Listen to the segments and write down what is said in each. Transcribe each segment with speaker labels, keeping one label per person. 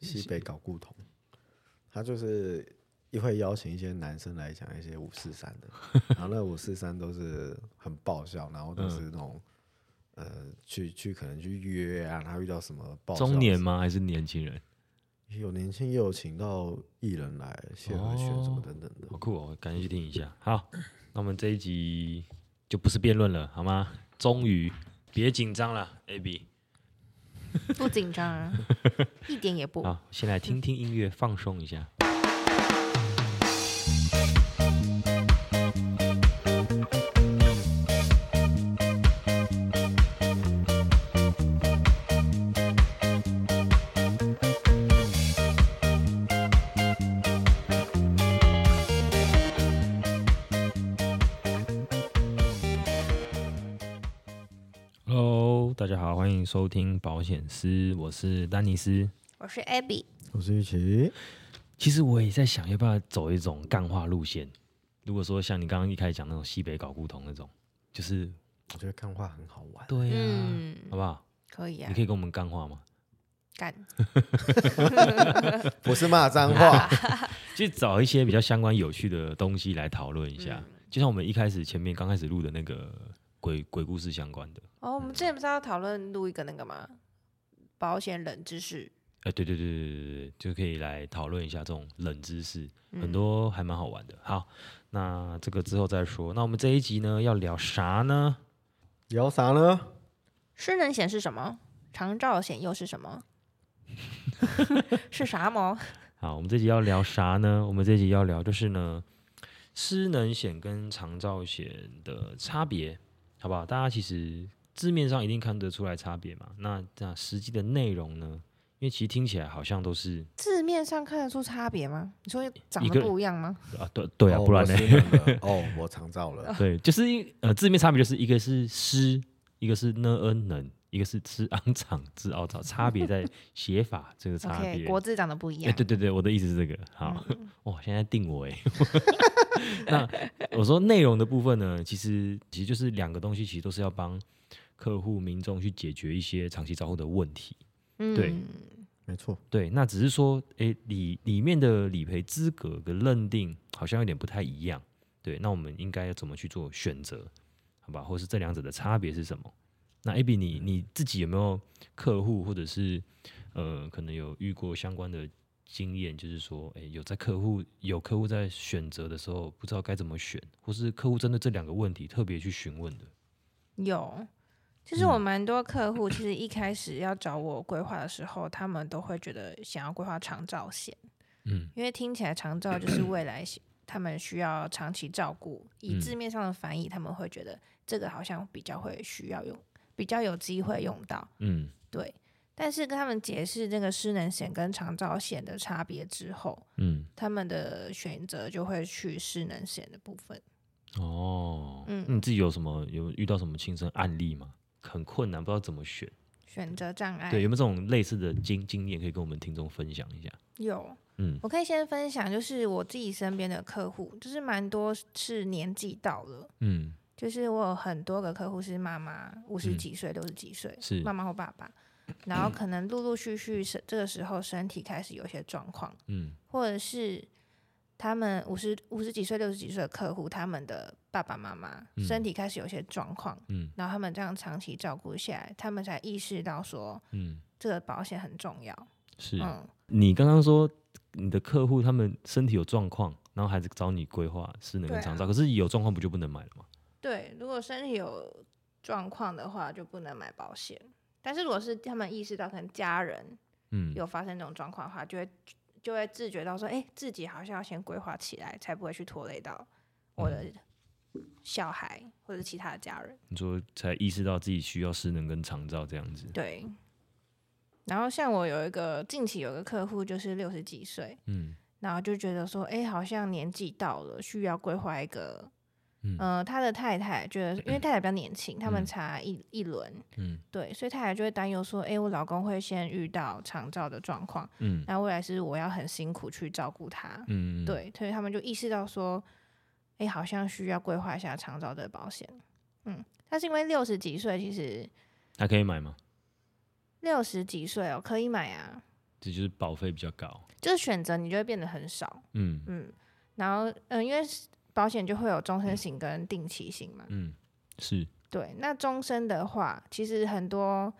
Speaker 1: 西北搞故同，他就是也会邀请一些男生来讲一些五四三 的，然后那五四三都是很爆笑，然后都
Speaker 2: 嗯
Speaker 1: 是那种、呃去去可能去约啊，然后遇到什么爆笑
Speaker 2: 中年吗？还是年轻人？
Speaker 1: 有年轻也有请到艺人来，谢和弦什么等等的。
Speaker 2: 好酷哦，赶紧去听一下。好，那我们这一集就不是辩论了，好吗？终于，别紧张了，AB。
Speaker 3: 不紧张啊，一点也不。
Speaker 2: 好，啊先来听听音乐，放松一下。Hello，大家好，欢迎收听保险师，我是丹尼斯。
Speaker 3: 我是 Abby，
Speaker 2: 哦
Speaker 1: 我是玉琪，
Speaker 2: 其实我也在想，要不要走一种干化路线？如果说像你刚刚一开始讲那种西北搞古董那种，就是
Speaker 1: 我觉得看画很好玩。
Speaker 2: 对呀、
Speaker 3: 嗯，
Speaker 2: 好不好？
Speaker 3: 可以啊
Speaker 2: 你可，以跟我们干话吗？
Speaker 3: 干，
Speaker 1: 不是骂脏 话，
Speaker 2: 就找一些比较相关有趣的东西来讨论一下。
Speaker 3: 嗯
Speaker 2: 就像我们一开始前面刚开始录的那个鬼鬼故事相关的，
Speaker 3: 哦，我们之前不是要讨论录一个那个吗？保险冷知识，
Speaker 2: 哎、对对对对对对对，就可以来讨论一下这种冷知识，
Speaker 3: 嗯
Speaker 2: 很多还蛮好玩的。好，那这个之后再说。那我们这一集呢要聊啥呢？
Speaker 1: 聊啥呢？
Speaker 3: 失能险是什么？长照险又是什么？是啥毛？
Speaker 2: 好，我们这集要聊啥呢？我们这集要聊就是呢，失能险跟长照险的差别，好不好？大家其实字面上一定看得出来差别嘛。那那实际的内容呢？因为其实听起来好像都是
Speaker 3: 字面上看得出差别吗？你说长
Speaker 2: 一个
Speaker 3: 得不一样吗？
Speaker 2: 啊，对对啊，
Speaker 1: 哦
Speaker 2: 不然呢？？ 嗯
Speaker 1: 我失能了哦，我常照了。
Speaker 2: 对，就是一呃字面差别就是一个是失，一个是呢恩能，一个是吃 昂长之凹造，差别在写法这个差
Speaker 3: OK，
Speaker 2: 别。
Speaker 3: 国字长得不一
Speaker 2: 哎、
Speaker 3: 样。嗯
Speaker 2: 对对对，我的意思是这个。好， 哇，现在定我哎。 那我说内容的部分呢，其实其实就是两个东西，其实都是要帮客户、民众去解决一些长期照护的问题。
Speaker 3: 嗯
Speaker 2: 对
Speaker 1: 没错，
Speaker 2: 对，那只是说，诶，里里面的理赔资格跟认定好像有点不太一样。对，那我们应该要怎么去做选择，好吧？或是这两者的差别是什么？那 A B，你你自己有没有客户或者是呃，可能有遇过相关的经验，就是说，诶，有在客户有客户在选择的时候不知道该怎么选，或是客户针对这两个问题特别去询问的？
Speaker 3: 有，就是
Speaker 2: 嗯
Speaker 3: 我蛮多客户，其实一开始要找我规划的时候，他们都会觉得想要规划长照险，
Speaker 2: 嗯，
Speaker 3: 因为听起来长照就是未来需他们需要长期照顾，以
Speaker 2: 嗯
Speaker 3: 字面上的翻译，他们会觉得这个好像比较会需要用，比较有机会用到，
Speaker 2: 嗯
Speaker 3: 对。但是跟他们解释这个失能险跟长照险的差别之后，
Speaker 2: 嗯，
Speaker 3: 他们的选择就会去失能险的部分。
Speaker 2: 哦，
Speaker 3: 嗯
Speaker 2: 那你自己有什么有遇到什么亲身案例吗？很困难，不知道怎么选。
Speaker 3: 选择障碍，
Speaker 2: 对，有没有这种类似的经经验可以跟我们听众分享一下？
Speaker 3: 有，
Speaker 2: 嗯
Speaker 3: 我可以先分享，就是我自己身边的客户，就是蛮多是年纪到了，
Speaker 2: 嗯
Speaker 3: 就是我有很多个客户是妈妈，五十
Speaker 2: 嗯
Speaker 3: 几岁、六十几岁，
Speaker 2: 是
Speaker 3: 妈妈或爸爸，然后可能陆陆续续是这个时候身体开始有些状况，
Speaker 2: 嗯
Speaker 3: 或者是他们五十五十几岁、六十几岁的客户，他们的爸爸妈妈
Speaker 2: 嗯
Speaker 3: 身体开始有些状况，
Speaker 2: 嗯
Speaker 3: 然后他们这样长期照顾下来，他们才意识到说
Speaker 2: 嗯，
Speaker 3: 这个保险很重要，
Speaker 2: 是
Speaker 3: 嗯。
Speaker 2: 你刚刚说你的客户他们身体有状况，然后还是找你规划失能
Speaker 3: 对
Speaker 2: 跟
Speaker 3: 啊
Speaker 2: 长照，可是有状况不就不能买了吗？
Speaker 3: 对，如果身体有状况的话，就不能买保险。但是如果是他们意识到可能家人
Speaker 2: 嗯，
Speaker 3: 有发生这种状况的话，就会就会自觉到说，哎、自己好像要先规划起来，才不会去拖累到我的小孩或者其他的家人。
Speaker 2: 你说才意识到自己需要失能跟长照这样子。
Speaker 3: 对。然后像我有一个近期有一个客户，就是六十几岁，
Speaker 2: 嗯
Speaker 3: 然后就觉得说，哎、好像年纪到了，需要规划一个。
Speaker 2: 嗯
Speaker 3: 呃，他的太太觉得，因为太太比较年轻，他们
Speaker 2: 嗯
Speaker 3: 才一一轮，
Speaker 2: 嗯
Speaker 3: 对，所以太太就会担忧说：“诶，我老公会先遇到长照的状况，
Speaker 2: 嗯
Speaker 3: 那未来是我要很辛苦去照顾他。
Speaker 2: 嗯，，
Speaker 3: 对，所以他们就意识到说：“诶，好像需要规划一下长照的保险。”嗯，但是因为六十几岁，其实
Speaker 2: 还可以买吗？
Speaker 3: 六十几岁哦可以买啊，
Speaker 2: 这就是保费比较高。
Speaker 3: 就是选择你就会变得很少，
Speaker 2: 嗯
Speaker 3: 嗯，然后嗯，因为保险就会有终身型跟定期型嘛，
Speaker 2: 嗯，是，
Speaker 3: 对，那终身的话，其实很多，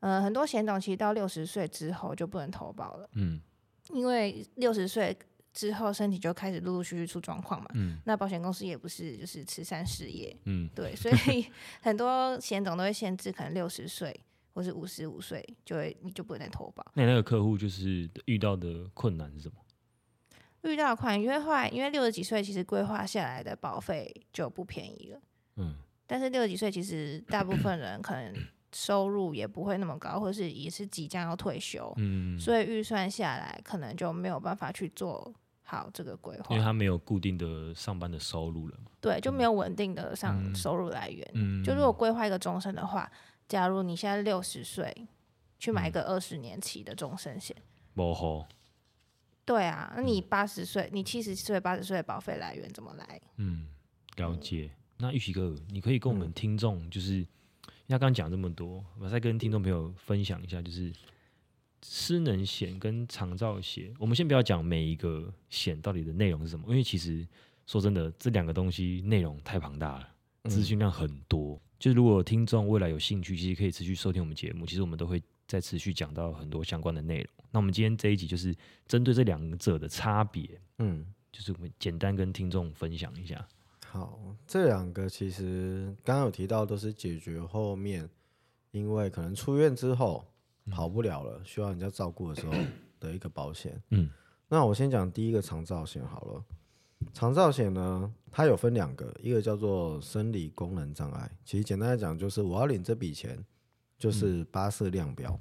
Speaker 3: 呃，很多险种其实到六十岁之后就不能投保了，
Speaker 2: 嗯
Speaker 3: 因为六十岁之后身体就开始陆陆续续出状况嘛。
Speaker 2: 嗯
Speaker 3: 那保险公司也不是就是慈善事业，
Speaker 2: 嗯
Speaker 3: 对，所 以很多险种都会限制，可能六十岁或是五十五岁就会你就不能再投保。
Speaker 2: 那你那个客户就是遇到的困难是什么？
Speaker 3: 遇到款，因为后来因为六十几岁其实规划下来的保费就不便宜了。
Speaker 2: 嗯
Speaker 3: 但是六十几岁，其实大部分人可能收入也不会那么高，或是也是即将要退休，
Speaker 2: 嗯，
Speaker 3: 所以预算下来可能就没有办法去做好这个规
Speaker 2: 因为
Speaker 3: 划，
Speaker 2: 他没有固定的上班的收入了嘛。
Speaker 3: 对，就没有稳定的
Speaker 2: 嗯
Speaker 3: 上收入来源。
Speaker 2: 嗯，
Speaker 3: 就如果规划一个终身的话，假如你现在六十岁去买一
Speaker 2: 嗯
Speaker 3: 个二十年期的终身险，
Speaker 2: 不好，
Speaker 3: 对啊，那你八十岁、你七十岁、八十岁的保费来源怎么来？
Speaker 2: 嗯，了解。那玉玺哥，你可以跟我们听众，就是、他刚刚讲这么多，我再跟听众朋友分享一下，就是失能险跟长照险，我们先不要讲每一个险到底的内容是什么，因为其实说真的，这两个东西内容太庞大了，
Speaker 3: 嗯
Speaker 2: 资讯量很多。就是如果听众未来有兴趣，其实可以持续收听我们节目，其实我们都会再持续讲到很多相关的内容。那我们今天这一集就是针对这两者的差别，
Speaker 1: 嗯，
Speaker 2: 就是我们简单跟听众分享一下。
Speaker 1: 好，这两个其实刚刚有提到都是解决后面，因为可能出院之后跑不了了，需要人家照顾的时候的一个保险。
Speaker 2: 嗯，
Speaker 1: 那我先讲第一个长照险好了。长照险呢，它有分两个，一个叫做生理功能障碍，其实简单来讲就是我要领这笔钱，就是巴士量表，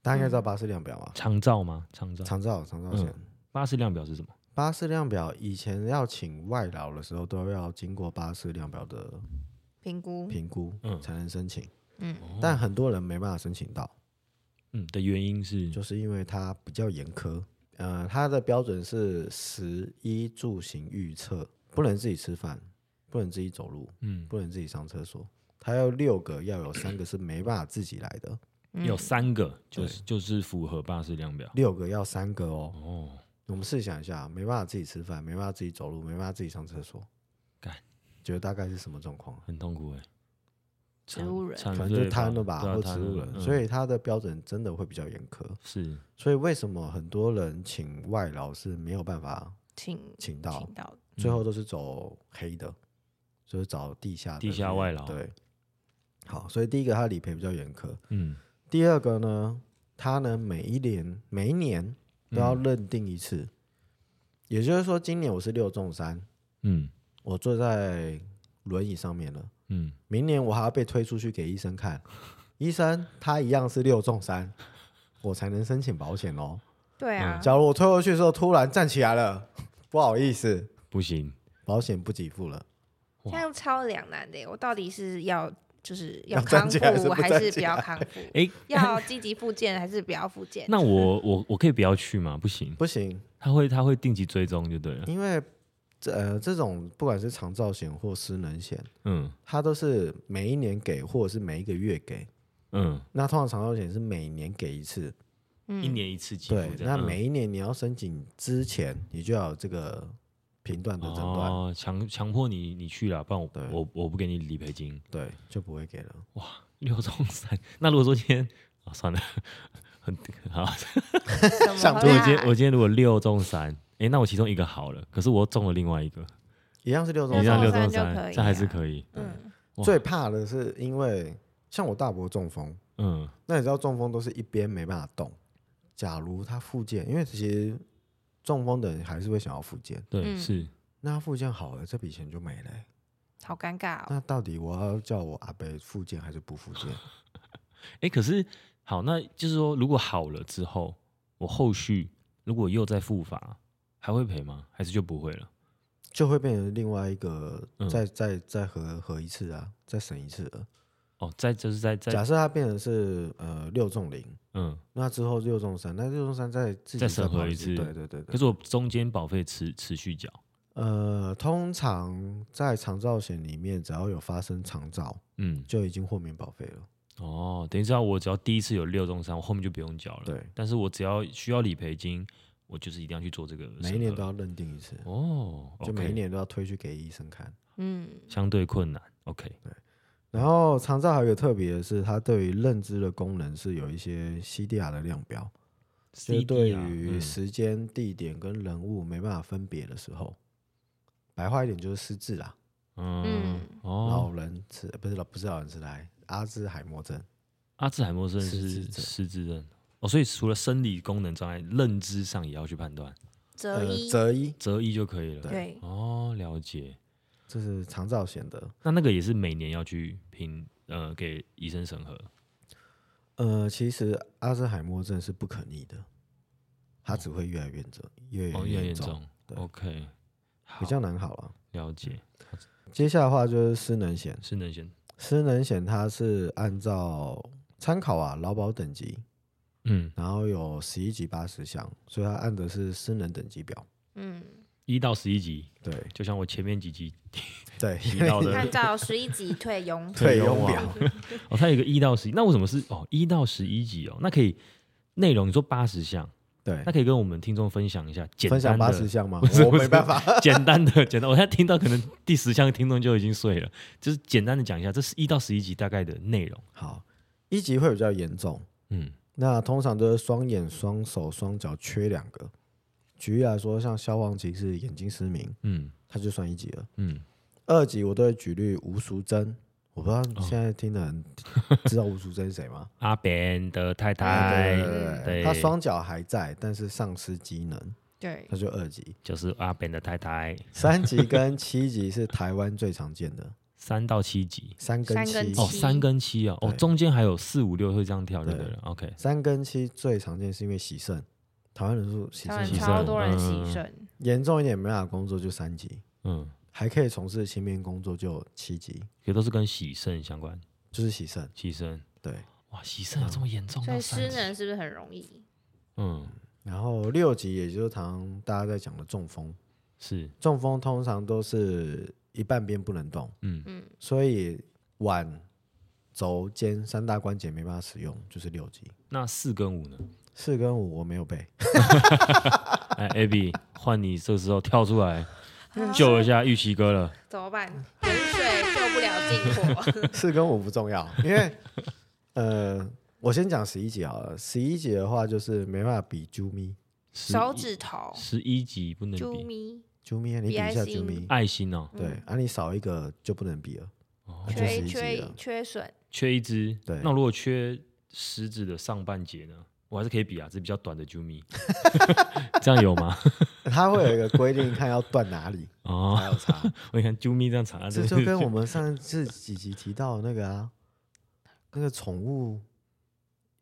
Speaker 1: 大家应该知道巴士量表啊，
Speaker 2: 长照吗？长照，
Speaker 1: 长照长照险。
Speaker 2: 巴士量表是什么？
Speaker 1: 巴士量表以前要请外劳的时候，都要经过巴士量表的
Speaker 3: 评估，
Speaker 1: 评估
Speaker 2: 嗯
Speaker 1: 才能申请，
Speaker 3: 嗯，
Speaker 1: 但很多人没办法申请到，
Speaker 2: 嗯，的原因是，
Speaker 1: 就是因为它比较严苛。呃，它的标准是食衣住行预测，不能自己吃饭，不能自己走路，
Speaker 2: 嗯，
Speaker 1: 不能自己上厕所。它要六个，要有三个是没办法自己来的，
Speaker 3: 嗯
Speaker 2: 有三个，就是就是符合巴士量表。
Speaker 1: 六个要三个哦。
Speaker 2: 哦，
Speaker 1: 我们试想一下，没办法自己吃饭，没办法自己走路，没办法自己上厕所，
Speaker 2: 干，
Speaker 1: 觉得大概是什么状况啊？
Speaker 2: 很痛苦哎、
Speaker 3: 植物人
Speaker 2: 产
Speaker 1: 可能就是啊
Speaker 2: 啊瘫
Speaker 1: 瘫了嗯吧，或植物人，所
Speaker 2: 以
Speaker 1: 以它的标准真的会比较严苛。
Speaker 2: 是
Speaker 1: 所以为什么很多人请外劳是没有办法，
Speaker 3: 请
Speaker 1: 请到
Speaker 3: 请到
Speaker 1: 最
Speaker 2: 嗯
Speaker 1: 后都是走黑的，就是找地下的
Speaker 2: 地下外劳
Speaker 1: 对，好，所以第一个它理赔比较严苛，
Speaker 2: 嗯
Speaker 1: 第二个呢，它呢每一年每一年都
Speaker 2: 嗯
Speaker 1: 要认定一次，也就是说今年我是六中三，
Speaker 2: 嗯
Speaker 1: 我坐在轮椅上面了，
Speaker 2: 嗯，
Speaker 1: 明年我还要被推出去给医生看，医生他一样是六中三，我才能申请保险哦。
Speaker 3: 对
Speaker 2: 嗯
Speaker 3: 啊，
Speaker 1: 假如我推过去的时候突然站起来了， 不好意思，
Speaker 2: 不行，
Speaker 1: 保险不给付了。
Speaker 2: 哇
Speaker 3: 现在超两难的耶，我到底是要就是要
Speaker 1: 要
Speaker 3: 康
Speaker 1: 站
Speaker 3: 复
Speaker 1: 起来还是不
Speaker 3: 还
Speaker 1: 站
Speaker 3: 是
Speaker 1: 起
Speaker 3: 不要康复？
Speaker 2: 哎、
Speaker 3: 要积极复健还是不要复健？
Speaker 2: 那我我我可以不要去吗？不行，
Speaker 1: 不行，
Speaker 2: 他会他会定期追踪就对了。
Speaker 1: 因为这呃这种不管是长照险或失能险，
Speaker 2: 嗯
Speaker 1: 它都是每一年给或者是每一个月给。
Speaker 2: 嗯，
Speaker 1: 那通常长照险是每年给一次，
Speaker 3: 嗯
Speaker 2: 一年一次给付
Speaker 1: 对。
Speaker 2: 这
Speaker 1: 那
Speaker 2: 样嗯
Speaker 1: 每一年你要申请之前，你就要有这个评断的诊断，
Speaker 2: 哦，强强迫你你去了，不然
Speaker 1: 对
Speaker 2: 我我我不给你理赔金。
Speaker 1: 对，就不会给了。
Speaker 2: 六中三，那如果说今天啊、算了，很好。
Speaker 1: 上
Speaker 2: 如
Speaker 1: 对
Speaker 2: 果
Speaker 3: 我
Speaker 2: 今天我今天如果六中三，诶，那我其中一个好了，可是我又中了另外一个，
Speaker 1: 一样是六
Speaker 3: 中
Speaker 1: 中
Speaker 2: 一样
Speaker 1: 三
Speaker 2: 六
Speaker 1: 六，
Speaker 2: 中
Speaker 3: 三就可以啊
Speaker 2: 这还是可以。
Speaker 3: 嗯，
Speaker 2: 哇
Speaker 1: 最怕的是因为像我大伯中风，
Speaker 2: 嗯
Speaker 1: 那你知道中风都是一边没办法动，假如他复健，因为其实中风的人还是会想要复健，
Speaker 2: 对，
Speaker 3: 嗯
Speaker 2: 是
Speaker 1: 那他复健好了，这笔钱就没了欸、
Speaker 3: 好尴尬哦。
Speaker 1: 那到底我要叫我阿伯复健还是不复健？
Speaker 2: 诶，可是好，那就是说，如果好了之后，我后续如果又再复发，还会赔吗？还是就不会了？
Speaker 1: 就会变成另外一个
Speaker 2: 嗯
Speaker 1: 再再再合合一次啊，再审一次了。
Speaker 2: 哦，再就是再再
Speaker 1: 假设他变成是呃六中零，
Speaker 2: 嗯，
Speaker 1: 那之后六中三，那六中三再自己
Speaker 2: 再审
Speaker 1: 跑
Speaker 2: 核一次
Speaker 1: 对对对
Speaker 2: 可
Speaker 1: 对。
Speaker 2: 是我中间保费持持续缴，
Speaker 1: 呃，通常在长照险里面，只要有发生长照，
Speaker 2: 嗯
Speaker 1: 就已经豁免保费了。
Speaker 2: 哦，等于知道我只要第一次有六重伤，我后面就不用缴了。
Speaker 1: 对，
Speaker 2: 但是我只要需要理赔金，我就是一定要去做这个审核。
Speaker 1: 每一年都要认定一次，
Speaker 2: 哦，
Speaker 1: 就
Speaker 2: OK
Speaker 1: 每一年都要推去给医生看。
Speaker 3: 嗯，
Speaker 2: 相对困难。OK，嗯
Speaker 1: 然后长照还有一个特别的是，它对于认知的功能是有一些 CDR 的量表，就是对
Speaker 2: CDR
Speaker 1: 于
Speaker 2: 嗯
Speaker 1: 时间、地点跟人物没办法分别的时候，白话一点就是失智啦，
Speaker 2: 嗯
Speaker 3: 嗯
Speaker 2: 哦，
Speaker 1: 老人痴不是老不是老人痴呆，阿兹海默症。
Speaker 2: 阿兹海默症
Speaker 1: 失
Speaker 2: 是
Speaker 1: 智症
Speaker 2: 失智症哦，所以除了生理功能障碍，认知上也要去判断，
Speaker 3: 择一、
Speaker 1: 呃择一，
Speaker 2: 呃择一就可以了。
Speaker 3: 对，
Speaker 2: 哦，了解。
Speaker 1: 这是长照险的。
Speaker 2: 那那个也是每年要去评呃给医生审核。
Speaker 1: 呃，其实阿兹海默症是不可逆的，它只会越来越严重，越
Speaker 2: 哦，
Speaker 1: 来
Speaker 2: 越
Speaker 1: 越
Speaker 2: 严
Speaker 1: 严重，
Speaker 2: 重。
Speaker 1: 对
Speaker 2: OK，好
Speaker 1: 比，较难好了。
Speaker 2: 了解。
Speaker 1: 接下来的话就是失能险，
Speaker 2: 是能先，
Speaker 1: 失能险它是按照参考啊劳保等级，
Speaker 2: 嗯，
Speaker 1: 然后有十一级八十项，所以它按的是失能等级表。
Speaker 3: 嗯，
Speaker 2: 一到十一集，
Speaker 1: 对
Speaker 2: 就像我前面几集
Speaker 1: 对，，
Speaker 2: 提到的
Speaker 3: 按照十一级退佣
Speaker 1: 退
Speaker 2: 佣
Speaker 1: 佣
Speaker 2: 啊
Speaker 1: 表，
Speaker 2: 哦，它有一个一到十一，那为什么是哦一到十一集哦？那可以内容你说八十项，
Speaker 1: 对
Speaker 2: 那，可以跟我们听众分享一下简
Speaker 1: 分
Speaker 2: 单
Speaker 1: 享八
Speaker 2: 的
Speaker 1: 十项吗？
Speaker 2: 不是
Speaker 1: 我
Speaker 2: 不是
Speaker 1: 没办法。
Speaker 2: 简单的简单，我现在听到可能第十项听众就已经睡了，就是简单的讲一下，这是一到十一集大概的内容。
Speaker 1: 好，一级会比较严重，
Speaker 2: 嗯，
Speaker 1: 那通常都是双眼、双手、双脚缺两个。举例来说，像消亡级是眼睛失明，
Speaker 2: 嗯
Speaker 1: 它就算一级了。
Speaker 2: 嗯，
Speaker 1: 二级我都会举例吴淑珍，我不知道现在听的人知道吴淑珍是谁吗？
Speaker 2: 阿扁的太
Speaker 1: 对
Speaker 2: 太
Speaker 1: 对对对
Speaker 2: 对
Speaker 1: 对，她双脚还在，但是丧失机能，
Speaker 3: 对
Speaker 1: 她，就二 级。
Speaker 2: 就是阿扁的太太，
Speaker 1: 三级跟七级是台湾最常见的，
Speaker 2: 三到七集
Speaker 1: 三跟
Speaker 3: 三
Speaker 1: 七，
Speaker 3: 跟
Speaker 2: 哦，
Speaker 3: 七
Speaker 2: 三跟七哦，哦，
Speaker 1: 对
Speaker 2: 中间还有四五六会这样跳就对
Speaker 1: 对
Speaker 2: 了。OK，
Speaker 1: 三跟七最常见是因为洗肾，台湾人说洗
Speaker 3: 他
Speaker 1: 肾
Speaker 3: 们
Speaker 2: 牺
Speaker 1: 很
Speaker 2: 牲
Speaker 3: 超
Speaker 1: 严重，
Speaker 3: 多人
Speaker 2: 嗯
Speaker 3: 牺牲，
Speaker 1: 严重一点没办法工作就三级，
Speaker 2: 嗯，
Speaker 1: 还可以从事轻便工作就七级，
Speaker 2: 也都是跟洗肾相关，
Speaker 1: 就是洗肾。
Speaker 2: 洗肾。
Speaker 1: 对，
Speaker 2: 哇，洗肾有这么严重
Speaker 3: 所
Speaker 2: 到
Speaker 3: 以
Speaker 2: 三
Speaker 3: 失
Speaker 2: 级？
Speaker 3: 能是不是很容易？
Speaker 2: 嗯，
Speaker 1: 然后六级也就是常常大家在讲的中风，
Speaker 2: 是，
Speaker 1: 中风通常都是一半边不能动，
Speaker 2: 嗯
Speaker 3: 嗯
Speaker 1: 所以腕、肘、肩三大关节没办法使用，就是六级。
Speaker 2: 那四跟五呢？
Speaker 1: 四跟五我没有背，
Speaker 2: 哎，Abby，换你这时候跳出来救一下玉琪哥了。
Speaker 3: 怎么办？浑水救不了 近火。
Speaker 1: 四跟五不重要，因为呃，我先讲十一级好了。十一级的话就是没办法比啾咪，
Speaker 2: 十
Speaker 3: 手
Speaker 2: 一
Speaker 3: 指头，
Speaker 2: 十一级不能
Speaker 3: 啾
Speaker 2: 比，
Speaker 3: 咪，
Speaker 1: 啾咪啊你比一下
Speaker 3: BIC
Speaker 1: 啾咪，
Speaker 2: 爱心哦，
Speaker 1: 对，啊你少一个就不能比了，
Speaker 2: 哦
Speaker 1: 那就
Speaker 3: 缺
Speaker 1: 11级
Speaker 3: 缺
Speaker 1: 了。
Speaker 3: 缺损，
Speaker 2: 缺一只。
Speaker 1: 对
Speaker 2: 那如果缺食指的上半截呢？我还是可以比啊，这比较短的啾 咪，这样有吗？
Speaker 1: 它会有一个规定，看要断哪里
Speaker 2: 哦，
Speaker 1: 还有差。
Speaker 2: 我看啾咪这样长啊，
Speaker 1: 这
Speaker 2: 是
Speaker 1: 就跟我们上次几集提到的那个啊，那个宠物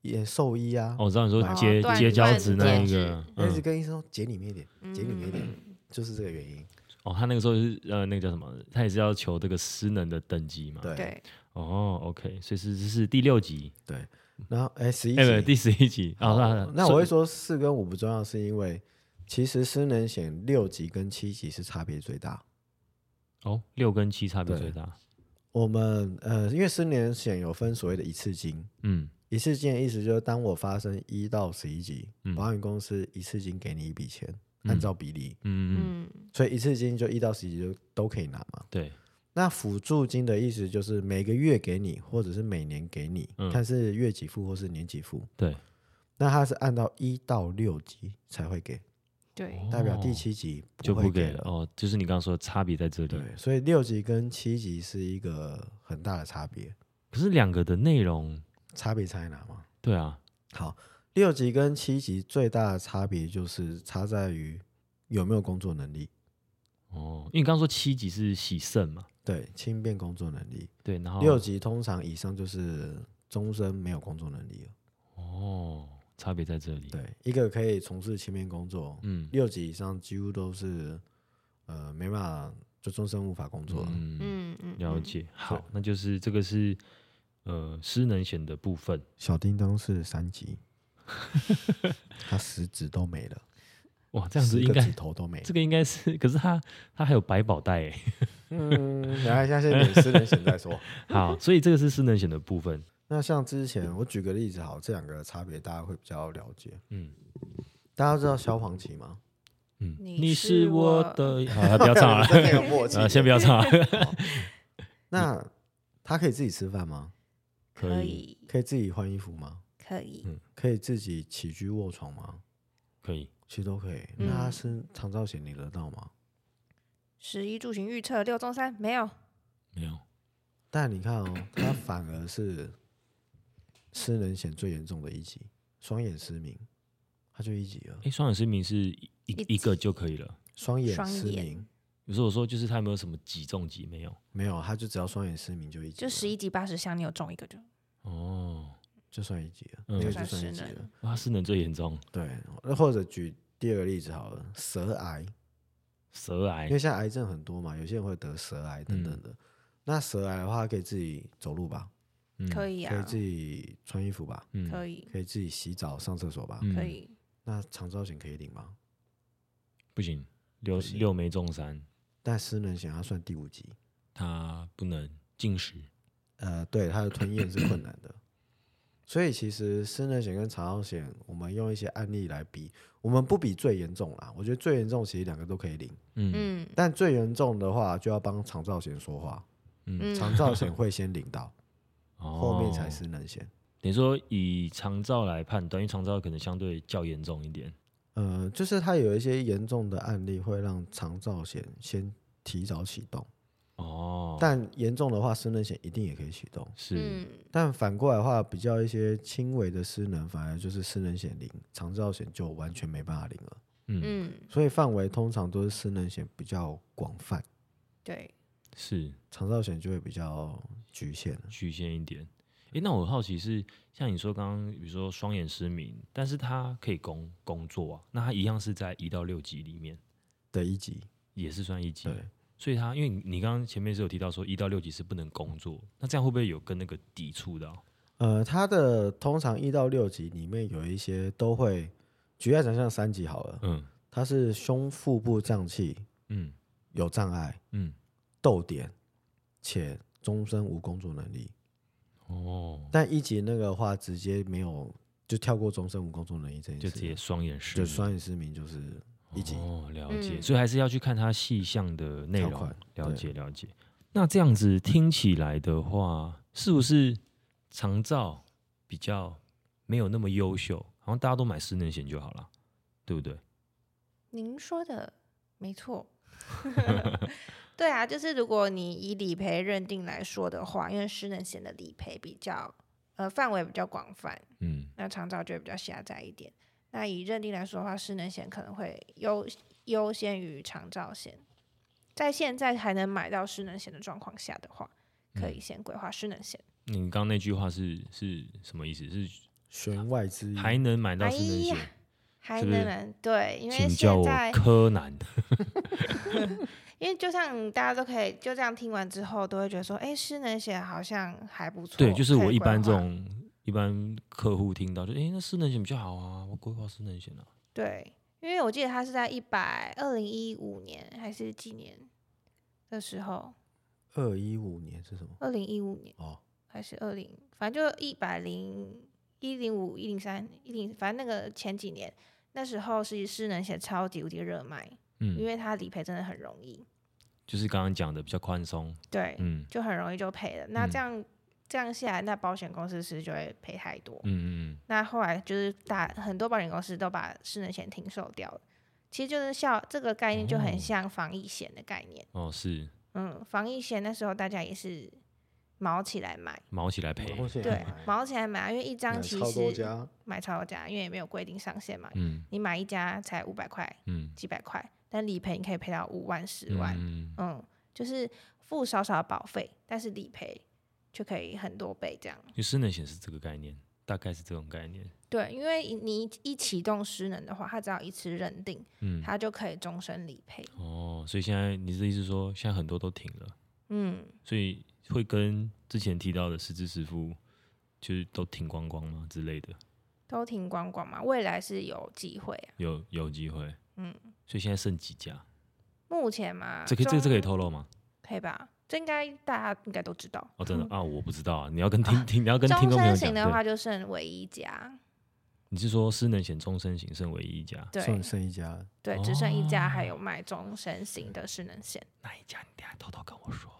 Speaker 1: 也兽医啊，
Speaker 2: 哦，我知道你说
Speaker 1: 哦
Speaker 2: 接
Speaker 3: 断
Speaker 2: 接交子那
Speaker 1: 断
Speaker 2: 一
Speaker 3: 戒
Speaker 2: 个
Speaker 3: 指，
Speaker 1: 那一直
Speaker 2: 嗯，
Speaker 1: 跟医生说剪里面一点，剪里面一点，
Speaker 3: 嗯
Speaker 1: 就是这个原因。
Speaker 2: 哦，他那个时候是呃那个叫什么？他也是要求这个失能的等级嘛。
Speaker 1: 对
Speaker 3: 对，
Speaker 2: 哦，OK，所以是是是第六集，
Speaker 1: 对，然后哎，十一
Speaker 2: 哎，不是
Speaker 1: 集，
Speaker 2: 第十一集啊。
Speaker 1: 哦
Speaker 2: 那
Speaker 1: 那我会说四跟五不重要，是因为其实失能险六级跟七级是差别最大。
Speaker 2: 哦，六跟七差别
Speaker 1: 对
Speaker 2: 最大。
Speaker 1: 我们呃，因为失能险有分所谓的一次金，
Speaker 2: 嗯
Speaker 1: 一次金的意思就是当我发生一到十一级，
Speaker 2: 嗯
Speaker 1: 保险公司一次金给你一笔钱，
Speaker 2: 嗯
Speaker 1: 按照比例。
Speaker 2: 嗯嗯，
Speaker 3: 嗯
Speaker 1: 所以一次金就一到十级就都可以拿嘛。
Speaker 2: 对，
Speaker 1: 那辅助金的意思就是每个月给你，或者是每年给你，
Speaker 2: 嗯
Speaker 1: 看是月给付或是年给付。
Speaker 2: 对，
Speaker 1: 那它是按照一到六级才会给，
Speaker 3: 对，
Speaker 1: 代表第
Speaker 2: 哦
Speaker 1: 七级
Speaker 2: 就
Speaker 1: 不会
Speaker 2: 不给
Speaker 1: 了。
Speaker 2: 哦，就是你刚刚说的差别在这里。
Speaker 1: 对，所以六级跟七级是一个很大的差别，
Speaker 2: 可是两个的内容，
Speaker 1: 差别在哪吗？
Speaker 2: 对啊，
Speaker 1: 好，六级跟七级最大的差别就是差在于有没有工作能力，
Speaker 2: 哦，因为你刚刚说七集是喜肾嘛，
Speaker 1: 对，轻便工作能力。
Speaker 2: 对，然后
Speaker 1: 六级通常以上就是终身没有工作能力了。
Speaker 2: 哦，差别在这里。
Speaker 1: 对，一个可以从事轻便工作，
Speaker 2: 嗯，
Speaker 1: 六级以上几乎都是呃没办法，就终身无法工作了。
Speaker 2: 嗯
Speaker 3: 嗯嗯，
Speaker 2: 了
Speaker 3: 嗯，
Speaker 2: 解。好，那就是这个是呃失能险的部分。
Speaker 1: 小叮当是三 级，他食指都没了，
Speaker 2: 哇，这样子
Speaker 1: 十
Speaker 2: 应
Speaker 1: 个
Speaker 2: 该
Speaker 1: 指头都没了
Speaker 2: 这。个应该是，可是他他还有百宝袋哎。
Speaker 1: 嗯，等一下下先免私人险再说。
Speaker 2: 好，所以这个是失能险的部分。
Speaker 1: 那像之前我举个例子好，这两个差别大家会比较了解。
Speaker 2: 嗯
Speaker 1: 大家知道萧煌奇吗？
Speaker 2: 嗯，
Speaker 3: 你
Speaker 2: 你
Speaker 3: 是
Speaker 2: 是我
Speaker 3: 我
Speaker 2: 的，啊，不要 唱了，
Speaker 1: 真的有默契
Speaker 2: 啊，。先不要唱了，
Speaker 1: 那他可以自己吃饭吗？
Speaker 2: 可
Speaker 3: 可
Speaker 2: 以
Speaker 3: 以
Speaker 1: 可以自己换衣服吗？
Speaker 3: 可以
Speaker 2: 嗯，
Speaker 1: 可以自己起居卧床吗？
Speaker 2: 可以，
Speaker 1: 其实都可以。
Speaker 3: 嗯
Speaker 1: 那他是长照险领得到吗？
Speaker 3: 十一住行预测六中三没有，
Speaker 2: 没有，
Speaker 1: 但你看哦，他反而是失能险最严重的一级，双眼失明，他就一级了。
Speaker 2: 哎，双眼失明是一一一个就可以了。
Speaker 1: 双眼
Speaker 3: 双
Speaker 1: 失
Speaker 3: 眼
Speaker 1: 明
Speaker 2: 有时候我说就是他有没有什么几重几没有？
Speaker 1: 没有，他就只要双眼失明就一级
Speaker 3: 就
Speaker 1: 了，
Speaker 3: 十一级八十项，你有中一个就
Speaker 2: 哦，
Speaker 1: 就算一级了，
Speaker 2: 嗯
Speaker 1: 那个
Speaker 3: 就
Speaker 1: 就
Speaker 3: 算
Speaker 1: 算一
Speaker 3: 失
Speaker 1: 级
Speaker 3: 能
Speaker 1: 了。
Speaker 2: 哇，失能最严重，
Speaker 1: 对，那或者举第二个例子好了，舌癌，
Speaker 2: 舌
Speaker 1: 因
Speaker 2: 癌
Speaker 1: 为现在癌症很多嘛，有些人会得舌癌等等的。
Speaker 2: 嗯
Speaker 1: 那舌癌的话，可以自己走路吧，
Speaker 3: 可以
Speaker 1: 可以
Speaker 3: 啊，
Speaker 1: 自己穿衣服吧，
Speaker 2: 嗯，
Speaker 3: 可以
Speaker 1: 可以自己洗澡、上厕所吧。
Speaker 2: 嗯
Speaker 3: 可以，
Speaker 1: 那长照险可以领吗？
Speaker 2: 不行，六
Speaker 1: 不行
Speaker 2: 六枚中三，
Speaker 1: 但失能险它算第五级，
Speaker 2: 他不能进食。
Speaker 1: 呃，对，它的吞咽是困难的。所以其实失能险跟长照险，我们用一些案例来比，我们不比最严重啦。我觉得最严重其实两个都可以领，
Speaker 2: 嗯
Speaker 3: 嗯
Speaker 1: 但最严重的话就要帮长照险说话，
Speaker 2: 嗯，
Speaker 3: 嗯
Speaker 1: 长照险会先领到，后面才
Speaker 2: 哦
Speaker 1: 失能险。
Speaker 2: 等于说以长照来判断，因为长照可能相对较严重一点。
Speaker 1: 呃，就是它有一些严重的案例会让长照险先提早启动，
Speaker 2: 哦，
Speaker 1: 但严重的话，失能险一定也可以启动。
Speaker 2: 是
Speaker 3: 嗯
Speaker 1: 但反过来的话，比较一些轻微的失能，反而就是失能险零，长照险就完全没办法领了。
Speaker 2: 嗯
Speaker 3: 嗯，
Speaker 1: 所以范围通常都是失能险比较广泛，
Speaker 3: 对，
Speaker 2: 是
Speaker 1: 长照险就会比较局限了。
Speaker 2: 局限一点。诶，那我好奇是像你说刚刚，比如说双眼失明，但是他可以工工作啊，那他一样是在一到六级里面，
Speaker 1: 的一级，
Speaker 2: 也是算一级。
Speaker 1: 对，
Speaker 2: 所以他因为你你刚刚前面是有提到说一到六级是不能工作，那这样会不会有跟那个抵触的啊、
Speaker 1: 呃，它的通常一到六级里面有一些都会，举例来讲，像三级好了，
Speaker 2: 嗯
Speaker 1: 它是胸腹部胀气
Speaker 2: 嗯
Speaker 1: 有障碍、
Speaker 2: 嗯，
Speaker 1: 痘点，且终身无工作能力。
Speaker 2: 哦，
Speaker 1: 但一级那个话，直接没有就跳过终身无工作能力这件事
Speaker 2: 就
Speaker 1: 了，
Speaker 2: 直接双眼失
Speaker 1: 就
Speaker 2: 明，
Speaker 1: 双眼失明就是一级。
Speaker 2: 哦，了解，
Speaker 3: 嗯
Speaker 2: 所以还是要去看它细项的内
Speaker 1: 条
Speaker 2: 容
Speaker 1: 款，
Speaker 2: 了解了解。那这样子听起来的话，是不是长照比较没有那么优秀？好像大家都买失能险就好了，对不
Speaker 1: 嗯
Speaker 2: 对？
Speaker 3: 您说的没错。 对啊，就是如果你以理赔认定来说的话，因为失能险的理赔比较呃范围比较广泛，
Speaker 2: 嗯
Speaker 3: 那长照就会比较狭窄一点。那以认定来说的话，失能险可能会优优先于长照险。在现在还能买到失能险的状况下的话，可
Speaker 2: 嗯
Speaker 3: 以先规划失能险。
Speaker 2: 你刚刚那句话是是什么意思？是
Speaker 1: 弦外之音，
Speaker 2: 还能买到失能险
Speaker 3: 哎？还
Speaker 2: 是不是
Speaker 3: 能买对，因为
Speaker 2: 请叫
Speaker 3: 现
Speaker 2: 我
Speaker 3: 在
Speaker 2: 柯南。
Speaker 3: 因为就像大家都可以就这样听完之后，都会觉得说，哎，失能险好像还不错。
Speaker 2: 对，就是
Speaker 3: 可
Speaker 2: 我
Speaker 3: 以
Speaker 2: 一般
Speaker 3: 规
Speaker 2: 这
Speaker 3: 划
Speaker 2: 种一般客户听到就，哎、那失能险比较好啊，我规划失能险啊。
Speaker 3: 对，因为我记得他是在一百二零一五年还是几年的时候，
Speaker 1: 二一五年是什么？
Speaker 3: 二零一五年
Speaker 1: 哦，
Speaker 3: 还是二零，反正就一百零一零五一零三一零，反正那个前几年那时候是失能险超级无敌热卖，因
Speaker 2: 嗯，
Speaker 3: 为它理赔真的很容易，
Speaker 2: 就是刚刚讲的比较宽松。
Speaker 3: 对，
Speaker 2: 嗯
Speaker 3: 就很容易就赔了。那
Speaker 2: 嗯
Speaker 3: 这样、这样下来，那保险公司是不是就会赔太多。
Speaker 2: 嗯嗯
Speaker 3: 那后来就是大很多保险公司都把失能险停售掉了。其实就是像这个概念就
Speaker 2: 哦
Speaker 3: 很像防疫险的概念，
Speaker 2: 嗯，哦是
Speaker 3: 嗯，防疫险那时候大家也是毛起来买，
Speaker 2: 毛起来赔。
Speaker 1: 险
Speaker 3: 对，毛起来买，因为一张其
Speaker 1: 超多
Speaker 3: 实
Speaker 1: 家，
Speaker 3: 买超多家，因为也没有规定上限嘛，
Speaker 2: 嗯
Speaker 3: 你买一家才五百块、
Speaker 2: 嗯，
Speaker 3: 几百块，但理赔你可以赔到五万、十万，
Speaker 2: 嗯
Speaker 3: 嗯就是付少少的保费，但是理赔就可以很多倍这样。
Speaker 2: 就失能险是这个概念，大概是这种概念。
Speaker 3: 对，因为你一一启动失能的话，它只要一次认定，
Speaker 2: 嗯，
Speaker 3: 它就可以终身理赔。
Speaker 2: 哦，所以现在你的意思是说，现在很多都停了，
Speaker 3: 嗯，
Speaker 2: 所以会跟之前提到的失智师傅就是都停光光吗之类的？
Speaker 3: 都停光光嘛，未来是有机会啊。
Speaker 2: 有有机会。
Speaker 3: 嗯，
Speaker 2: 所以现在剩几家？
Speaker 3: 目前嘛，
Speaker 2: 这可以这个这可以
Speaker 3: 中
Speaker 2: 透露吗？
Speaker 3: 可以吧？这应该大家应该都知道。
Speaker 2: 哦，真的啊，我不知道啊，你要跟听 听，你要跟听
Speaker 3: 嗯终
Speaker 2: 众朋友
Speaker 3: 身
Speaker 2: 讲。
Speaker 3: 型的
Speaker 2: 对，
Speaker 3: 话就剩唯一家，
Speaker 2: 你是说失能险终身型剩唯哦一一家？
Speaker 3: 对
Speaker 1: 剩剩一家，
Speaker 3: 对，只剩一家还有卖终身型的失能 险。
Speaker 2: 哪一家？你等一下偷偷跟我说。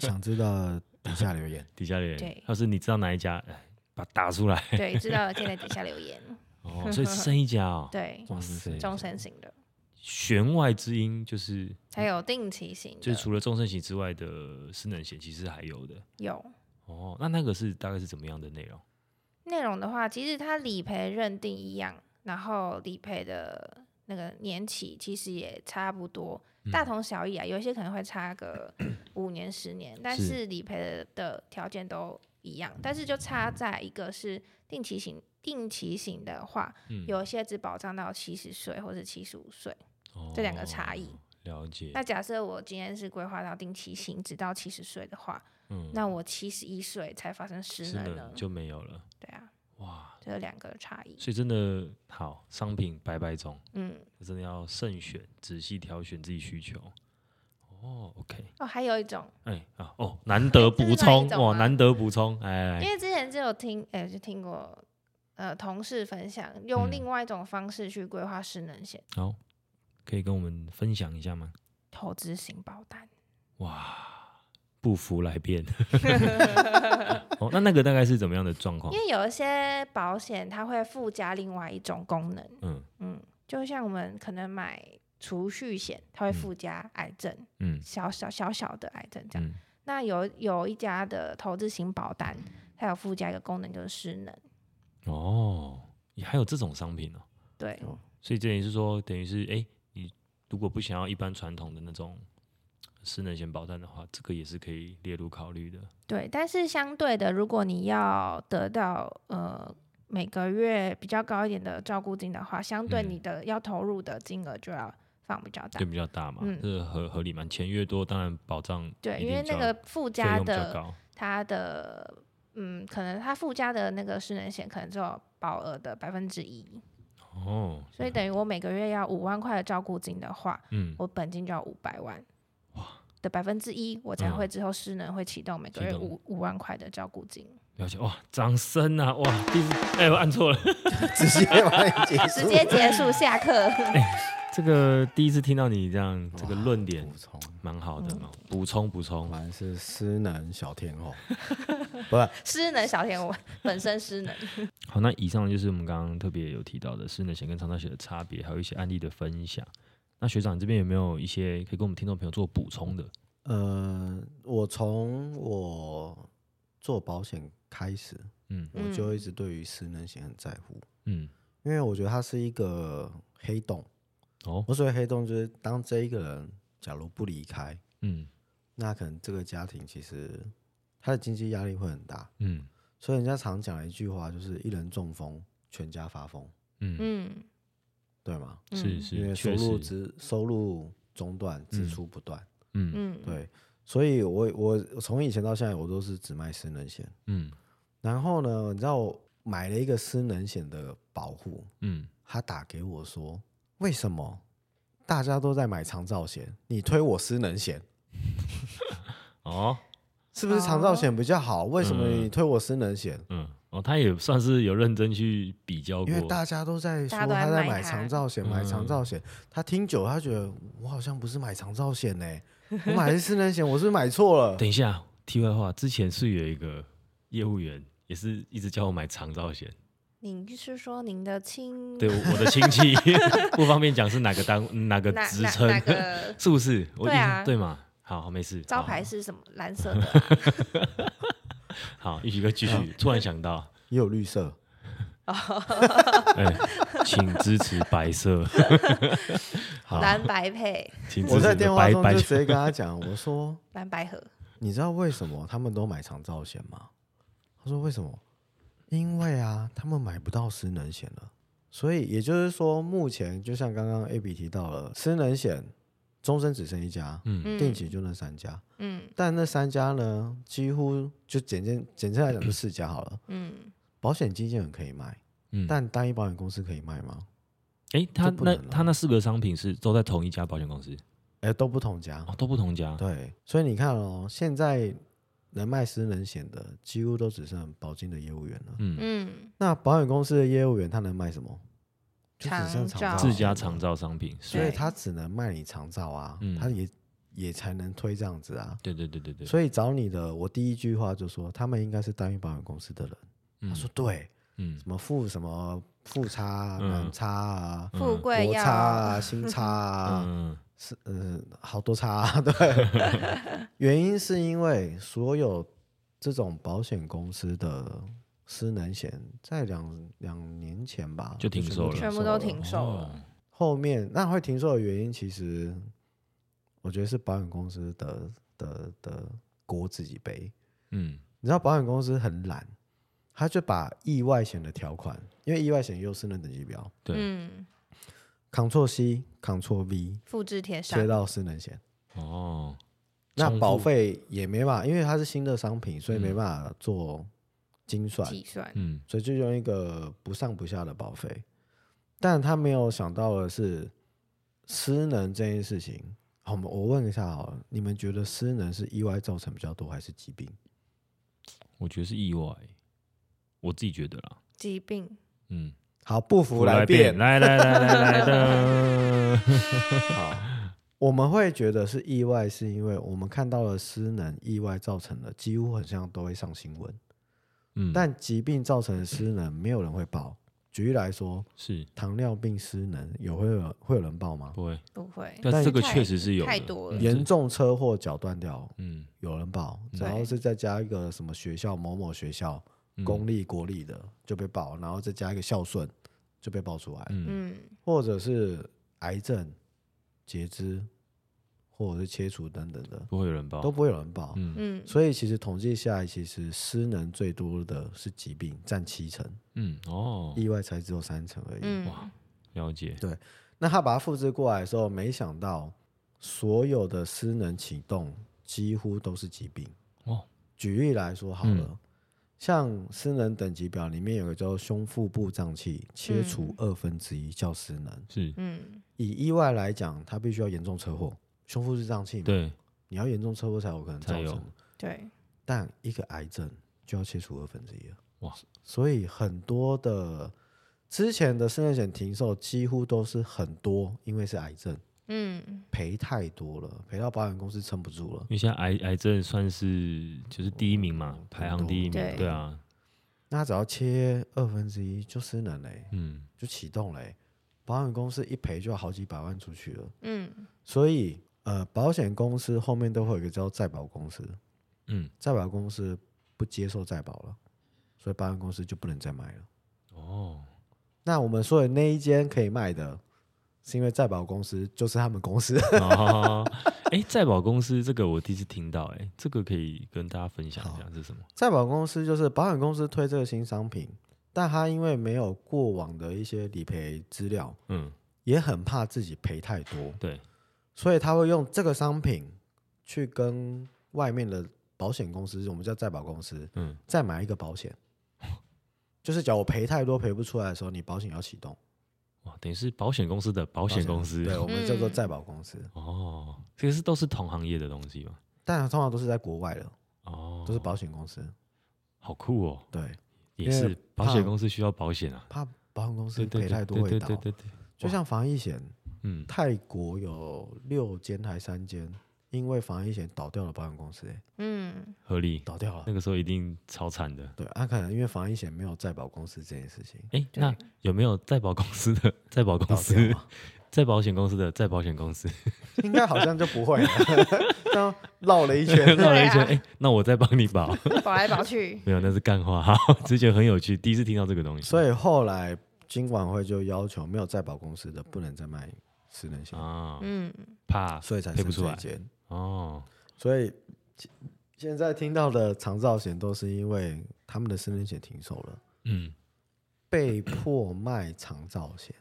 Speaker 1: 想知道底下留 言。
Speaker 2: 底下留言
Speaker 3: 对，
Speaker 2: 要是你知道哪一家，哎，把它打出来。
Speaker 3: 对，知道的可以在底下留言。
Speaker 2: 哦，所以只剩一家哦。
Speaker 3: 对，
Speaker 2: 哇塞，
Speaker 3: 终身型的，
Speaker 2: 弦外之音就是，
Speaker 3: 还有定期型的，
Speaker 2: 就是除了终身型之外的失能险，其实还有的。
Speaker 3: 有
Speaker 2: 哦，那那个是大概是怎么样的内容？
Speaker 3: 内容的话，其实它理赔认定一样，然后理赔的那个年期其实也差不多，
Speaker 2: 嗯
Speaker 3: 大同小异啊。有一些可能会差 个五年、十年，但
Speaker 2: 是
Speaker 3: 是理赔的条件都一样，但是就差在一个是定期型。定期型的话，
Speaker 2: 嗯
Speaker 3: 有一些只保障到七十岁或者七十五岁。
Speaker 2: 哦
Speaker 3: 这两个差异
Speaker 2: 了解。
Speaker 3: 那假设我今天是规划到定期型，直到七十岁的话，
Speaker 2: 嗯，
Speaker 3: 那我七十一岁才发生失
Speaker 2: 失
Speaker 3: 能呢
Speaker 2: 能？就没有了。
Speaker 3: 对啊，
Speaker 2: 哇，
Speaker 3: 这两个差异。
Speaker 2: 所以真的好，商品百百种，
Speaker 3: 嗯，
Speaker 2: 真的要慎选，仔细挑选自己需求。哦，OK，
Speaker 3: 哦，还有一种，
Speaker 2: 哎啊哦，难得 补充
Speaker 3: 这是哪一种
Speaker 2: 哇，
Speaker 3: 啊
Speaker 2: 难得补充，哎，
Speaker 3: 因
Speaker 2: 哎
Speaker 3: 为之前就有听，呃，就听过，呃，同事分享用
Speaker 2: 嗯
Speaker 3: 另外一种方式去规划失能险，
Speaker 2: 好，可以跟我们分享一下吗？
Speaker 3: 投资型保单。
Speaker 2: 哇，不服来辩。 哦，那那个大概是怎么样的状况
Speaker 3: 因？为有一些保险它会附加另外一种功能，
Speaker 2: 嗯
Speaker 3: 嗯，就像我们可能买储蓄险，它会附加癌症，
Speaker 2: 嗯
Speaker 3: 小小小小的癌症这样。
Speaker 2: 嗯，
Speaker 3: 那有有一家的投资型保单，它有附加一个功能就是失能，
Speaker 2: 哦，也还有这种商品哦。
Speaker 3: 对，
Speaker 1: 哦
Speaker 2: 所以等于是说，等于是哎、你如果不想要一般传统的那种失能险保单的话，这个也是可以列入考虑的。
Speaker 3: 对，但是相对的，如果你要得到呃每个月比较高一点的照顾金的话，相对
Speaker 2: 嗯
Speaker 3: 你的要投入的金额就要放比较大
Speaker 2: 对，。比较大嘛，
Speaker 3: 嗯
Speaker 2: 这个合合理嘛。钱越多，当然保障
Speaker 3: 对，
Speaker 2: 一
Speaker 3: 因为
Speaker 2: 定
Speaker 3: 那
Speaker 2: 就
Speaker 3: 个
Speaker 2: 要
Speaker 3: 附
Speaker 2: 费
Speaker 3: 加
Speaker 2: 用比较
Speaker 3: 的
Speaker 2: 高。
Speaker 3: 它的嗯，可能它附加的那个失能险可能只有保额的百分之一，
Speaker 2: 哦，
Speaker 3: 所以等于我每个月要五万块的照顾金的话，
Speaker 2: 嗯，
Speaker 3: 我本金就要五百万。的百分之一，我才
Speaker 2: 嗯
Speaker 3: 会之后失能会启动每个
Speaker 2: 启
Speaker 3: 月
Speaker 2: 动
Speaker 3: 五五万块的照顾 金，
Speaker 2: 了解哇，掌声啊，哇，第一次哎、我按错了，
Speaker 1: 直接把你结束
Speaker 3: 直接结束下课。
Speaker 2: 这个第一次听到你这样这个
Speaker 1: 哇
Speaker 2: 论点
Speaker 1: 补，充，
Speaker 2: 蛮好的嘛，嗯补充补充
Speaker 1: 果，然是失能小天后，不是
Speaker 3: 失能小天，我本身 失能。
Speaker 2: 好，那以上就是我们刚刚特别有提到的失能险跟长照险的差别，还有一些案例的分享。那学长你这边有没有一些可以跟我们听众朋友做补充的？
Speaker 1: 呃，我从我做保险开始，
Speaker 2: 嗯
Speaker 1: 我就一直对于失能险很在乎，
Speaker 2: 嗯，
Speaker 1: 因为我觉得它是一个黑洞。
Speaker 2: 哦，
Speaker 1: 我所谓黑洞，就是当这一个人假如不离开，
Speaker 2: 嗯
Speaker 1: 那可能这个家庭其实他的经济压力会很大。
Speaker 2: 嗯
Speaker 1: 所以人家常讲的一句话就是“一人中风，全家发疯
Speaker 2: 嗯，
Speaker 3: 嗯，”，
Speaker 1: 对吗？
Speaker 2: 是
Speaker 1: 因
Speaker 2: 是，
Speaker 1: 为收
Speaker 2: 确
Speaker 1: 入
Speaker 2: 实，
Speaker 1: 支收入中断，支出不断，
Speaker 2: 嗯
Speaker 3: 嗯，
Speaker 1: 对。所以我我我从以前到现在，我都是只卖失能险。
Speaker 2: 嗯
Speaker 1: 然后呢，你知道我买了一个失能险的保护，
Speaker 2: 嗯，
Speaker 1: 他打给我说：“为什么大家都在买长照险，你推我失能险？
Speaker 2: 哦，
Speaker 1: 是不是长照险比较好？为什么你推我失能险？”
Speaker 2: 嗯哦，他也算是有认真去比较
Speaker 1: 因为
Speaker 2: 过，
Speaker 1: 大家都在说
Speaker 3: 大家都在
Speaker 1: 他在
Speaker 3: 买
Speaker 1: 买
Speaker 3: 它
Speaker 1: 长照险，买长照险。他听久，了，他觉得我好像不是买长照 险呢、我买的是失能险，我是不是买错了。
Speaker 2: 等一下，题外话，之前是有一个业务员，也是一直叫我买长照险，
Speaker 3: 您是说您的亲
Speaker 2: 对，我的亲 戚不方便讲是哪个单哪个
Speaker 3: 哪
Speaker 2: 职
Speaker 3: 哪
Speaker 2: 称，
Speaker 3: 哪个
Speaker 2: 是不是？我
Speaker 3: 对
Speaker 2: 印
Speaker 3: 啊
Speaker 2: 象对嘛？好，没事。
Speaker 3: 招
Speaker 2: 好
Speaker 3: 牌是什么蓝色的啊？
Speaker 2: 好，一起哥继
Speaker 1: 嗯
Speaker 2: 续。突然想到，
Speaker 1: 也有绿色，
Speaker 2: 哎，请支持 白色。好，
Speaker 3: 蓝白配，
Speaker 2: 请支
Speaker 1: 我
Speaker 2: 持
Speaker 1: 在
Speaker 2: 你的
Speaker 1: 电话
Speaker 2: 白
Speaker 1: 中
Speaker 2: 白
Speaker 1: 就直接跟他讲，我说
Speaker 3: 蓝白盒。
Speaker 1: 你知道为什么他们都买长照险吗？他说为什么？因为啊，他们买不到失能险了，所以也就是说，目前就像刚刚 A B 提到了，失能险终身只剩一家，
Speaker 2: 嗯
Speaker 3: 嗯
Speaker 1: 定期就那三家，
Speaker 3: 嗯
Speaker 1: 但那三家呢，几乎就简简简称来讲就四家好了。
Speaker 3: 嗯，
Speaker 1: 保险经纪人可以卖，
Speaker 2: 嗯，
Speaker 1: 但单一保险公司可以卖吗？
Speaker 2: 哎，他
Speaker 1: 这不
Speaker 2: 那
Speaker 1: 能啊
Speaker 2: 他那四个商品是都在同一家保险公司
Speaker 1: 哎，都不同家。
Speaker 2: 哦，都不同家，
Speaker 1: 对，所以你看哦，现在能卖私人险的几乎都只剩保金的业务员了。
Speaker 2: 嗯，
Speaker 3: 嗯，
Speaker 1: 那保险公司的业务员他能卖什么？就只剩
Speaker 3: 长照
Speaker 1: 照
Speaker 2: 自
Speaker 1: 险
Speaker 2: 家
Speaker 1: 了
Speaker 2: 常造商品，是
Speaker 1: 所以
Speaker 3: 对
Speaker 1: 他只能卖你长照啊，
Speaker 2: 嗯
Speaker 1: 他也也才能推这样子啊。
Speaker 2: 对对对对对，
Speaker 1: 所以找你的，我第一句话就说，他们应该是单一保险公司的人。
Speaker 2: 以
Speaker 1: 他说对，
Speaker 2: 嗯
Speaker 1: 什么负什么负差啊、
Speaker 2: 嗯
Speaker 1: 男差啊、
Speaker 3: 富
Speaker 2: 嗯
Speaker 3: 贵
Speaker 1: 国
Speaker 3: 要
Speaker 1: 差啊、新差啊，
Speaker 2: 嗯
Speaker 1: 是嗯，好多差、啊， 对。原因是因为所有这种保险公司的失能险，在两两年前吧
Speaker 2: 就停售了
Speaker 3: 全
Speaker 1: 啊
Speaker 3: 部都停售了。
Speaker 2: 哦
Speaker 1: 后面那会停售的原因，其实我觉得是保险公司的的的锅自己背。
Speaker 2: 嗯
Speaker 1: 你知道保险公司很懒，他就把意外险的条款，因为意外险也有失能等级表
Speaker 2: 对
Speaker 3: 嗯，
Speaker 1: ，Ctrl C Ctrl V
Speaker 3: 复制贴上
Speaker 1: 贴，到失能险。
Speaker 2: 哦，
Speaker 1: 那
Speaker 2: 重复
Speaker 1: 保费也没办法，因为它是新的商品，所以没办法做精算，
Speaker 3: 计算，
Speaker 2: 嗯
Speaker 1: 所以就用一个不上不下的保费。但他没有想到的是，失能这件事情。好，我们我问一下好了，你们觉得失能是意外造成比较多，还是疾病？
Speaker 2: 我觉得是意外，我自己觉得啦，
Speaker 3: 疾病，
Speaker 2: 嗯，
Speaker 1: 好，不服来辩
Speaker 2: 变，。来来来来来的，
Speaker 1: 好，我们会觉得是意外，是因为我们看到了失能意外造成的，几乎很像都会上新闻。
Speaker 2: 嗯，
Speaker 1: 但疾病造成的失能，没有人会报。举例来说，
Speaker 2: 是
Speaker 1: 糖尿病失能有会有会有人报吗？
Speaker 2: 不会，
Speaker 3: 不会，
Speaker 2: 但这个
Speaker 3: 太
Speaker 2: 确实是有的
Speaker 3: 太多了
Speaker 2: 嗯
Speaker 1: 严重车祸脚断掉
Speaker 2: 嗯
Speaker 1: 有人报，
Speaker 2: 嗯
Speaker 1: 然后是再加一个什么学校某某学校
Speaker 2: 嗯
Speaker 1: 公立国立的就被报，然后再加一个孝顺就被报出来，
Speaker 2: 嗯
Speaker 3: 嗯，
Speaker 1: 或者是癌症、截肢或者是切除等等的
Speaker 2: 不会有人报，
Speaker 1: 都不会有人报。
Speaker 2: 嗯
Speaker 3: 嗯，
Speaker 1: 所以其实统计下来，其实失能最多的是疾病，占七成，
Speaker 2: 嗯哦，
Speaker 1: 意外才只有三成而已。
Speaker 3: 嗯，
Speaker 2: 哇了解，
Speaker 1: 那他把它复制过来的时候，没想到所有的失能启动几乎都是疾病。
Speaker 2: 哦，
Speaker 1: 举例来说好了，
Speaker 2: 嗯
Speaker 1: 像失能等级表里面有个叫做胸腹部胀气，切除
Speaker 2: 嗯
Speaker 1: 二分之一叫失能。
Speaker 2: 是
Speaker 3: 嗯，
Speaker 1: 以意外来讲，它必须要严重车祸，胸腹是胀气嘛，
Speaker 2: 对，
Speaker 1: 你要严重车祸才有可能造
Speaker 2: 才有
Speaker 1: 成。
Speaker 3: 对，
Speaker 1: 但一个癌症就要切除二分之一了。
Speaker 2: 哇，
Speaker 1: 所以很多的之前的失能险停售几乎都是很多，因为是癌症。
Speaker 3: 嗯，
Speaker 1: 赔太多了，赔到保险公司撑不住了
Speaker 2: 因。为现在癌癌症算是就是第一名嘛，排行第一名，
Speaker 3: 对
Speaker 2: 对啊，
Speaker 1: 那他只要切二分之一就失能嘞、
Speaker 2: 嗯
Speaker 1: 就启动嘞、保险公司一赔就要好几百万出去了。
Speaker 3: 嗯，
Speaker 1: 所以呃，保险公司后面都会有一个叫再保公司，
Speaker 2: 嗯
Speaker 1: 再保公司不接受再保了，所以保险公司就不能再卖了。
Speaker 2: 哦，
Speaker 1: 那我们说的那一间可以卖的，是因为再保公司就是他们公司，
Speaker 2: 哦，哎，在保公司这个我第一次听到，哎，这个可以跟大家分享一下这是什么？
Speaker 1: 再保公司就是保险公司推这个新商品，但他因为没有过往的一些理赔资料，
Speaker 2: 嗯，
Speaker 1: 也很怕自己赔太多，
Speaker 2: 对，
Speaker 1: 所以他会用这个商品去跟外面的保险公司，我们叫再保公司，
Speaker 2: 嗯
Speaker 1: 再买一个保险。 就是假如我赔太多赔不出来的时候，你保险要启动。
Speaker 2: 哇，等于是保险公司的保
Speaker 1: 保
Speaker 2: 险公司，
Speaker 1: 对我们叫做
Speaker 3: 嗯
Speaker 1: 再保公司，
Speaker 2: 哦，这个是都是同行业的东西嘛？
Speaker 1: 但通常都是在国外的，
Speaker 2: 哦，
Speaker 1: 都是保险公司。
Speaker 2: 好酷哦，
Speaker 1: 对，
Speaker 2: 也
Speaker 1: 因
Speaker 2: 是
Speaker 1: 为
Speaker 2: 保险公司需要保险啊，
Speaker 1: 怕保险公司
Speaker 2: 对对
Speaker 1: 赔
Speaker 2: 对
Speaker 1: 太多
Speaker 2: 对
Speaker 1: 会
Speaker 2: 对
Speaker 1: 倒
Speaker 2: 对。对对，
Speaker 1: 就像防疫险，
Speaker 2: 嗯，
Speaker 1: 泰国有六间还三间，因为防疫险倒掉了保险公司、欸，
Speaker 3: 嗯，
Speaker 2: 合理，
Speaker 1: 倒掉了
Speaker 2: 那。个时候一定超惨的。
Speaker 1: 对，啊，可能因为防疫险没有再保公司这件事 情，
Speaker 2: 哎，
Speaker 3: 对
Speaker 2: 那有没有再保公司的再保公
Speaker 1: 倒
Speaker 2: 司
Speaker 1: 掉 嘛，
Speaker 2: 再保险公司的再保险公司
Speaker 1: 应该好像就不 会了，这样绕了一圈。
Speaker 2: 绕了一圈？
Speaker 3: 啊
Speaker 2: 哎，那我再帮你保，
Speaker 3: 保来保 去，
Speaker 2: 没有，那是干话，哈，之前很有趣，第一次听到这个东西，
Speaker 1: 所以后来金管会就要求没有再保公司的不能再卖私人险，
Speaker 2: 啊，
Speaker 3: 嗯，
Speaker 2: 怕
Speaker 1: 所以才
Speaker 2: 赔
Speaker 1: 是
Speaker 2: 不出
Speaker 1: 这
Speaker 2: 来
Speaker 1: 一间。
Speaker 2: 哦，
Speaker 1: 所以现现在听到的长照险都是因为他们的私人险停售了。
Speaker 2: 嗯，
Speaker 1: 被迫卖长照险。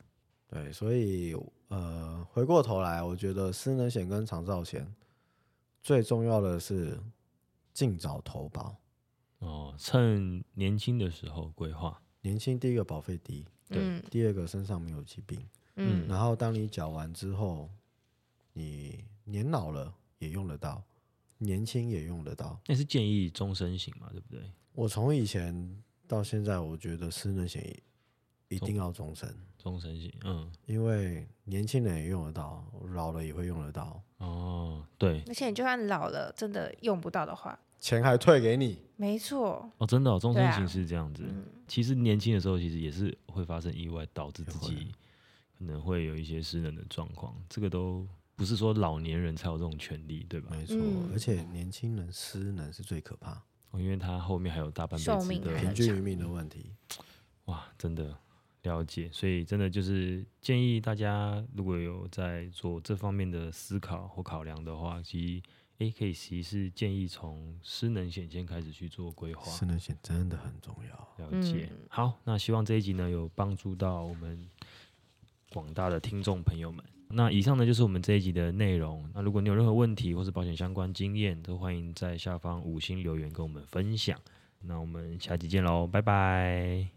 Speaker 1: 对，所以呃，回过头来，我觉得失能险跟长照险最重要的是尽早投保，
Speaker 2: 哦，趁年轻的时候规划，
Speaker 1: 年轻第一个保费低，
Speaker 2: 对
Speaker 3: 嗯，
Speaker 1: 第二个身上没有疾病，
Speaker 3: 嗯，
Speaker 1: 然后当你缴完之后，你年老了也用得到，年轻也用得到。
Speaker 2: 那是建议终身型嘛，对不对？
Speaker 1: 我从以前到现在，我觉得失能险一一定
Speaker 3: 哦
Speaker 1: 要终身，
Speaker 2: 终身型，嗯，
Speaker 1: 因为年轻人也用得到，老了也会用得到，
Speaker 2: 哦，对，
Speaker 3: 而且你就算老了，真的用不到的话，
Speaker 1: 钱还退给你。
Speaker 3: 没错，
Speaker 2: 哦，真的、哦，终身
Speaker 3: 对啊
Speaker 2: 型是这样子。其实年轻的时候，其实也是会发生意外，导致自己可能会有一些失能的状况。这个都不是说老年人才有这种权利，对吧？
Speaker 1: 没错，
Speaker 3: 嗯
Speaker 1: 而且年轻人失能是最可怕，
Speaker 2: 哦，因为他后面还有大半辈
Speaker 3: 寿
Speaker 2: 子
Speaker 3: 命啊还
Speaker 1: 平
Speaker 2: 的
Speaker 3: 很
Speaker 1: 均余命的问题。
Speaker 2: 哇，真的了解。所以真的就是建议大家，如果有在做这方面的思考或考量的话，其实诶，可以其实是建议从失能险先开始去做规划。
Speaker 1: 失能险真的很重要。
Speaker 2: 了解。好，那希望这一集呢有帮助到我们广大的听众朋友们。那以上呢就是我们这一集的内容。那如果你有任何问题或是保险相关经验，都欢迎在下方五星留言跟我们分享。那我们下集见喽，拜拜。